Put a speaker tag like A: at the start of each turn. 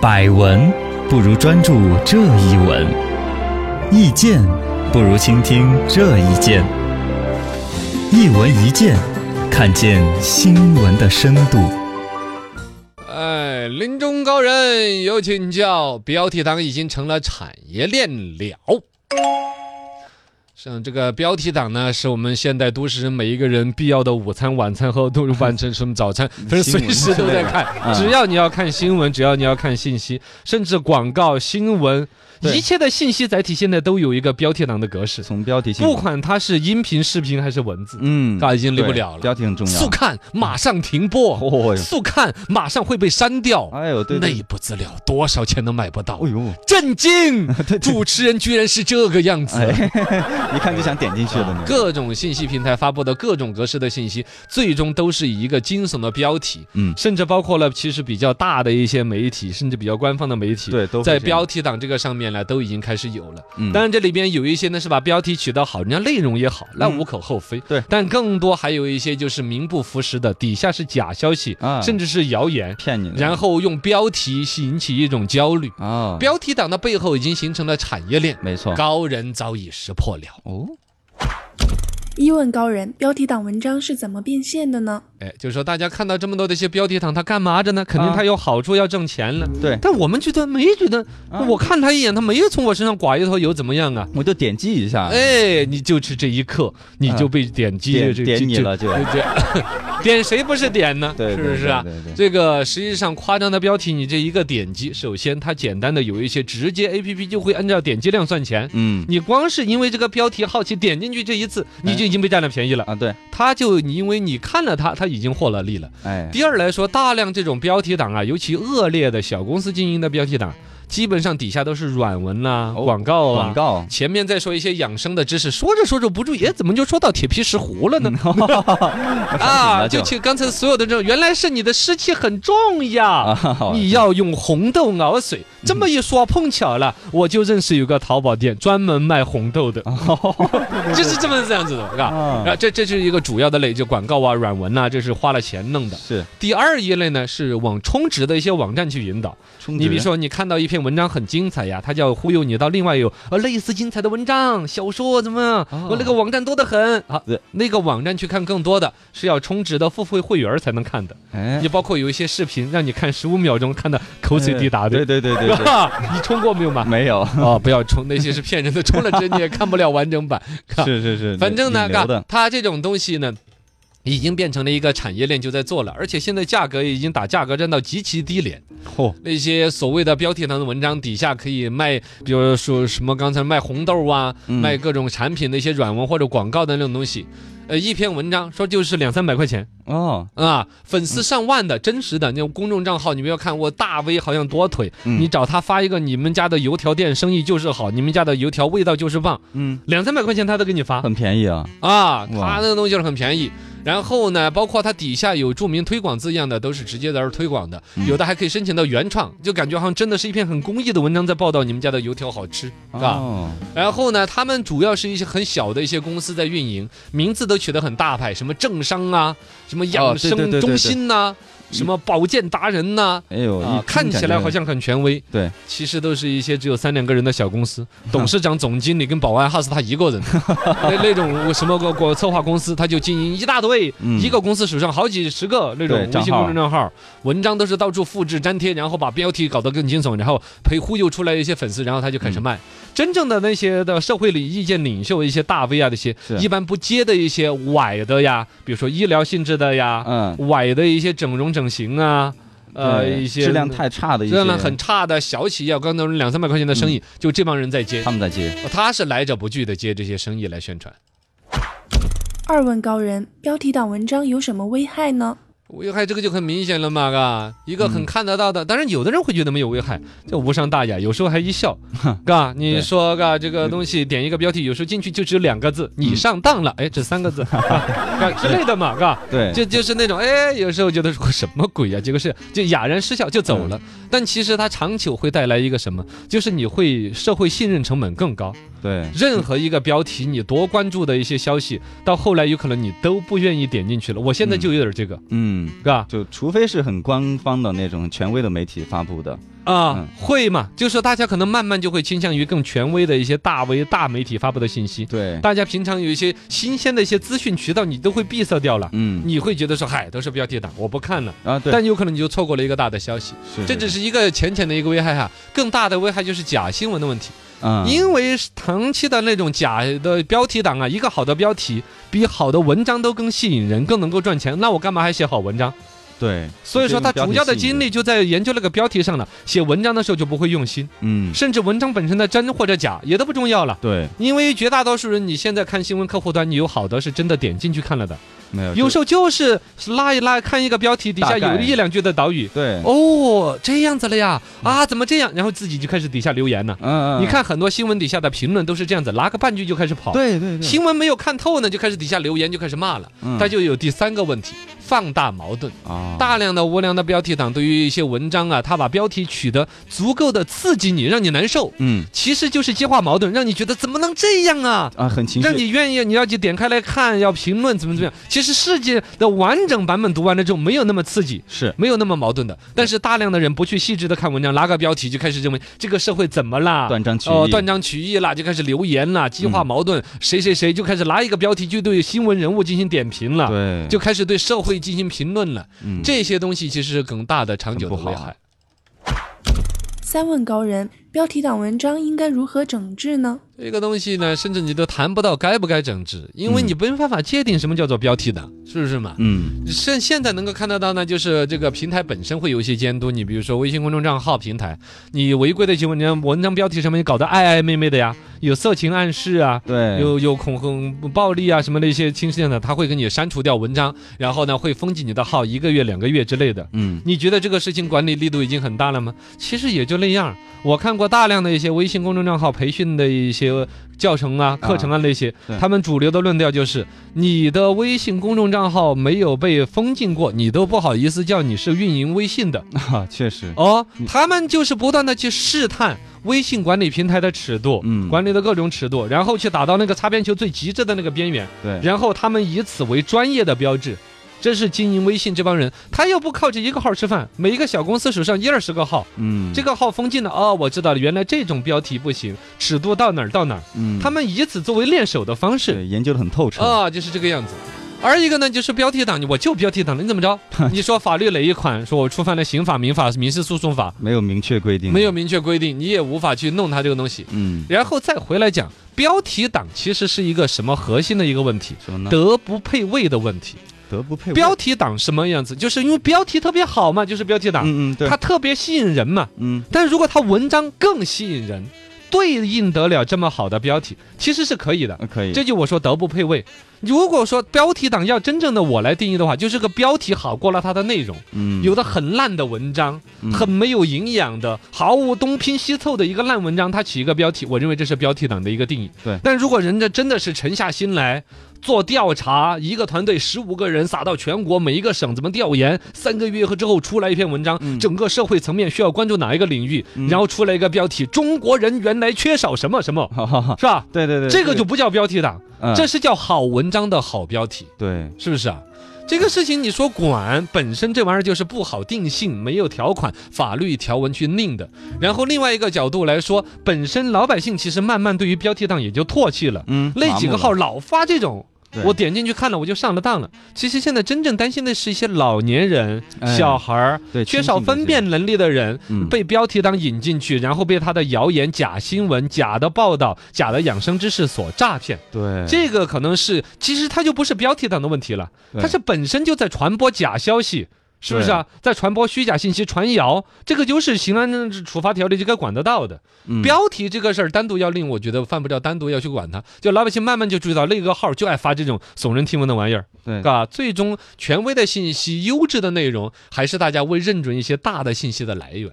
A: 百闻不如专注这一闻，意见不如倾听这一见。一闻一见，看见新闻的深度。
B: 哎，临终高人有请教，标题党已经成了产业链了。像这个标题党呢，是我们现代都市人每一个人必要的午餐、晚餐和都晚晨什么早餐，
C: 嗯
B: 反正随时都在看。只要你要看新闻，只要你要看信息，甚至广告、新闻，
C: 对
B: 一切的信息载体现在都有一个标题党的格式，
C: 从标题性，
B: 不管它是音频、视频还是文字，
C: 嗯
B: 啊，已经离不了了。
C: 标题很重
B: 速
C: 要。
B: 看马上停播，
C: 哦哟，
B: 速看马上会被删掉。
C: 哎呦，对，对
B: 内部资料多少钱都买不到
C: 哎。呦，
B: 震 惊！主持人居然是这个样子。
C: 哎，一看就想点进去了呢。
B: 各种信息平台发布的各种格式的信息，最终都是以一个惊悚的标题，
C: 嗯
B: 甚至包括了其实比较大的一些媒体，甚至比较官方的媒体，
C: 对都会
B: 在
C: 这样
B: 标题党这个上面呢，都已经开始有了。
C: 嗯
B: 当然，这里边有一些呢是把标题取得好，人家内容也好，那无可厚非。
C: 嗯对
B: 但更多还有一些就是名不符实的，底下是假消息，
C: 啊
B: 甚至是谣言，
C: 骗你的。
B: 然后用标题引起一种焦虑。
C: 啊，
B: 标题党的背后已经形成了产业链，
C: 没错。
B: 高人早已识破了。
C: 哦，
D: 一问高人，标题党文章是怎么变现的呢？
B: 哎，就是说大家看到这么多的一些标题党，他干嘛着呢？肯定
C: 啊
B: 他有好处，要挣钱了。
C: 对，
B: 但我们觉得没觉得，
C: 啊
B: 我看他一眼，他没有从我身上刮一坨油，怎么样啊？
C: 我就点击一下，
B: 哎，你就是这一刻，你就被点击
C: 啊点
B: 这
C: 点 你了
B: 这
C: 就
B: 这这点谁不是点呢？
C: 对，
B: 是不是啊
C: 对？对对对
B: 这个实际上夸张的标题，你这一个点击，首先它简单的有一些直接 A P P 就会按照点击量算钱。
C: 嗯
B: 你光是因为这个标题好奇点进去这一次，
C: 哎
B: 你就已经被占了便宜了。
C: 啊，对，
B: 他就因为你看了他，他已经获了利了。
C: 哎，
B: 第二来说，大量这种标题党啊，尤其恶劣的小公司经营的标题党，基本上底下都是软文呐、
C: 哦
B: 广告啊。
C: 广告，嗯
B: 前面再说一些养生的知识，说着说着不注意，哎怎么就说到铁皮石斛了呢？ 啊，
C: 了就
B: 就去刚才所有的这种，原来是你的湿气很重呀，
C: 啊嗯
B: 你要用红豆熬水。这么一说，碰巧了，我就认识有个淘宝店专门卖红豆的，
C: 哦
B: 就是这么这样子的，是吧？
C: 啊
B: 然后这这是一个主要的类，就广告啊、软文呐、这是花了钱弄的。
C: 是
B: 第二一类呢是往充值的一些网站去引导。
C: 充值，
B: 你比如说，你看到一篇文章很精彩呀，它就要忽悠你到另外有呃类似精彩的文章、小说怎么样？
C: 哦
B: 我那个网站多得很啊
C: 对，
B: 那个网站去看更多的是要充值的付费会员儿才能看的。
C: 哎
B: 你，包括有一些视频让你看十五秒钟，看的口水滴答
C: 哎对
B: 的，
C: 对对对
B: 是
C: 对，
B: 吧？ 你充过没有嘛？
C: 没有，
B: 哦，不要充，那些是骗人的，充了值你也看不了完整版。嘎
C: 是是是，
B: 反正呢，
C: 引流
B: 嘎
C: 的，，
B: 它这种东西呢。已经变成了一个产业链，就在做了，而且现在价格已经打价格战到极其低廉。
C: 嚯，
B: 那些所谓的标题党的文章底下可以卖，比如说什么刚才卖红豆啊，
C: 嗯
B: 卖各种产品的一些软文或者广告的那种东西，呃，一篇文章说就是两三百块钱
C: 哦，
B: 啊，粉丝上万的真实的那种公众账号，你不要看我大 V 好像多腿，
C: 嗯
B: 你找他发一个你们家的油条店生意就是好，你们家的油条味道就是棒，
C: 嗯，
B: 两三百块钱他都给你发
C: 很便宜啊，
B: 啊，
C: 哇
B: 他那个东西就是很便宜。然后呢，包括它底下有著名推广字样的，都是直接在这儿推广的，
C: 嗯
B: 有的还可以申请到原创，就感觉好像真的是一篇很公益的文章在报道你们家的油条好吃，是吧？
C: 哦，
B: 然后呢，他们主要是一些很小的一些公司在运营，名字都取得很大牌，什么政商啊，什么养
C: 哦对对对
B: 生
C: 对
B: 中
C: 对
B: 心呐、什么保健达人呐、
C: 哎呦，一
B: 啊，看起来好像很权威，
C: 对，
B: 其实都是一些只有三两个人的小公司，董事长、总经理跟保安哈是他一个 人，那那种什么个国策划公司，他就经营一大堆，
C: 嗯
B: 一个公司手上好几十个那种
C: 对
B: 微
C: 账
B: 信
C: 号
B: 公众账号，文章都是到处复制粘贴，然后把标题搞得更惊悚，然后陪忽悠出来一些粉丝，然后他就开始
C: 嗯
B: 卖。真正的那些的社会里意见领袖，一些大 V 啊，这些
C: 是
B: 一般不接的一些歪的呀，比如说医疗性质的呀，
C: 嗯，
B: 歪的一些整容整形啊，呃，
C: 对
B: 一些
C: 质量太差的一些，
B: 质量很差的小企业，刚才两三百块钱的生意，就这帮人在接
C: 他，们在接，
B: 他是来者不拒的接这些生意来宣传。
D: 二问高人，标题党文章有什么危害呢？
B: 危害这个就很明显了嘛，嘎，一个很看得到的，当然有的人会觉得没有危害，这无伤大雅，有时候还一笑，嘎，你说嘎这个东西点一个标题，有时候进去就只有两个字，你上当了，哎，这三个字，嘎嘎之类的嘛，嘎，
C: 对，
B: 就就是那种哎，有时候觉得说什么鬼呀、啊结果是就哑然失笑就
C: 嗯
B: 走了。但其实它长久会带来一个什么，就是你会社会信任成本更高。
C: 对，
B: 任何一个标题，你多关注的一些消息，到后来有可能你都不愿意点进去了。我现在就有点这个，
C: 嗯，
B: 是吧？
C: 就除非是很官方的那种权威的媒体发布的，
B: 啊
C: 嗯，
B: 会嘛？就是大家可能慢慢就会倾向于更权威的一些大 V、大媒体发布的信息。
C: 对，
B: 大家平常有一些新鲜的一些资讯渠道，你都会闭塞掉了。
C: 嗯
B: 你会觉得说，嗨，都是标题党，我不看了。
C: 啊，对，
B: 但有可能你就错过了一个大的消息，
C: 是
B: 这只是一个浅浅的一个危害哈，更大的危害就是假新闻的问题。
C: 嗯，
B: 因为长期的那种假的标题党啊，一个好的标题比好的文章都更吸引人，更能够赚钱。那我干嘛还写好文章？
C: 对，
B: 所以说，他
C: 这个标
B: 主
C: 题
B: 要的
C: 吸引
B: 精力就在研究那个标题上了。写文章的时候就不会用心，
C: 嗯，
B: 甚至文章本身的真或者假也都不重要了。
C: 对，
B: 因为绝大多数人，你现在看新闻客户端，你有好的是真的点进去看了的，
C: 没有，
B: 有
C: 就
B: 时候就是拉一拉，看一个标题底下
C: 呃大概
B: 有一两句的导语，
C: 对，
B: 哦，这样子了呀，啊，怎么这样？然后自己就开始底下留言了。
C: 嗯，嗯
B: 你，看很多新闻底下的评论都是这样子，拉个半句就开始跑。
C: 对对对，
B: 新闻没有看透呢，就开始底下留言就开始骂了。
C: 嗯
B: 它就有第三个问题，放大矛盾。
C: 啊，
B: 大量的无良的标题党对于一些文章啊，他把标题取得足够的刺激你，让你难受，
C: 嗯
B: 其实就是激化矛盾，让你觉得怎么能这样啊？
C: 啊，很情绪，
B: 让你愿意，你要去点开来看，要评论怎么怎么样。其实世界的完整版本读完了之后，没有那么刺激，
C: 是
B: 没有那么矛盾的。但是大量的人不去细致的看文章，拉个标题就开始认为这个社会怎么啦？
C: 断章取
B: 哦，
C: 义，嗯
B: 断章取义啦，就开始留言啦，激化矛盾。谁谁谁就开始拿一个标题就对新闻人物进行点评了，
C: 对，
B: 啊就开始对社会进行评论了。
C: 嗯
B: 这些东西其实是更大的长久的
C: 很不
B: 危
C: 好啊
B: 害。
D: 三问高人：标题党文章应该如何整治呢？
B: 这个东西呢，甚至你都谈不到该不该整治，因为
C: 嗯
B: 你没办法界定什么叫做标题党，是不是嘛？
C: 嗯
B: 现现在能够看得到呢，就是这个平台本身会有一些监督，你比如说微信公众账号平台，你违规的行为，你看文章标题上面搞得暧暧昧昧的呀，有色情暗示啊。
C: 对，
B: 有有恐吓、暴力啊什么的一些轻事件的，他会给你删除掉文章，然后呢会封禁你的号一个月、两个月之类的。
C: 嗯
B: 你觉得这个事情管理力度已经很大了吗？其实也就那样。我看过大量的一些微信公众账号培训的一些教程啊、课程啊那些，
C: 对
B: 他们主流的论调就是，你的微信公众账号没有被封禁过，你都不好意思叫你是运营微信的
C: 啊，确实，
B: 哦
C: 嗯。
B: 他们就是不断的去试探微信管理平台的尺度，
C: 嗯
B: 管理的各种尺度，然后去打到那个擦边球最极致的那个边缘。
C: 对，
B: 然后他们以此为专业的标志。这是经营微信这帮人，他又不靠这一个号吃饭，每一个小公司手上一二十个号，
C: 嗯，
B: 这个号封禁了哦，我知道了，原来这种标题不行，尺度到哪儿到哪儿，
C: 嗯，
B: 他们以此作为练手的方式
C: 对研究的很透彻，
B: 啊、就是这个样子。而一个呢，就是标题党，我就标题党，你怎 么着？你说法律哪一款说我触犯了刑法、民法、民事诉讼法，
C: 没有明确规定，
B: 没有，明确规定，你也无法去弄他这个东西。
C: 嗯，
B: 然后再回来讲，标题党其实是一个什么核心的一个问题？
C: 什么呢？
B: 德不配位的问题。
C: 德嗯不配位
B: 标，题党什么样子？就是因为标题特别好嘛，就是标题党，
C: 嗯嗯，对，
B: 它特别吸引人嘛。
C: 嗯
B: 但如果它文章更吸引人，对应得了这么好的标题，其实是可以的。
C: 呃可以，
B: 这就我说德不配位。如果说标题党要真正的我来定义的话，就是个标题好过了它的内容，
C: 嗯
B: 有的很烂的文章，
C: 嗯
B: 很没有营养的，毫无东拼西凑的一个烂文章，它起一个标题，我认为这是标题党的一个定义。
C: 对
B: 但如果人家真的是沉下心来做调查，一个团队十五个人撒到全国每一个省怎么调研，三个月之后出来一篇文章，
C: 嗯
B: 整个社会层面需要关注哪一个领域，
C: 嗯
B: 然后出来一个标题：中国人原来缺少什么什么，
C: 哈哈哈，
B: 是吧？
C: 对对对，
B: 这个就不叫标题党，
C: 嗯
B: 这是叫好文章的好标题。
C: 对，
B: 是不是啊？这个事情你说管本身这玩意儿就是不好定性，没有条款、法律条文去定的。然后另外一个角度来说，本身老百姓其实慢慢对于标题党也就唾弃了，
C: 嗯，
B: 那几个号
C: 麻木了，
B: 老发这种
C: 对。
B: 我点进去看了，我就上了当了。其实现在真正担心的是一些老年人、
C: 哎
B: 小孩儿、
C: 对
B: 缺少分，辨能力的人，
C: 亲近的这些嗯，
B: 被标题党引进去，然后被他的谣言、假新闻、假的报道、假的养生知识所诈骗。
C: 对，
B: 这个可能是，其实它就不是标题党的问题了，
C: 对
B: 它是本身就在传播假消息，是不是啊？在传播虚假信息、传谣，这个就是刑案处罚条例就该管得到的。
C: 嗯
B: 标题这个事儿单独要令我觉得犯不着单独要去管它，就老百姓慢慢就注意到那个号就爱发这种耸人听闻的玩意儿，
C: 对，
B: 嘎。最终权威的信息、优质的内容，还是大家会认准一些大的信息的来源。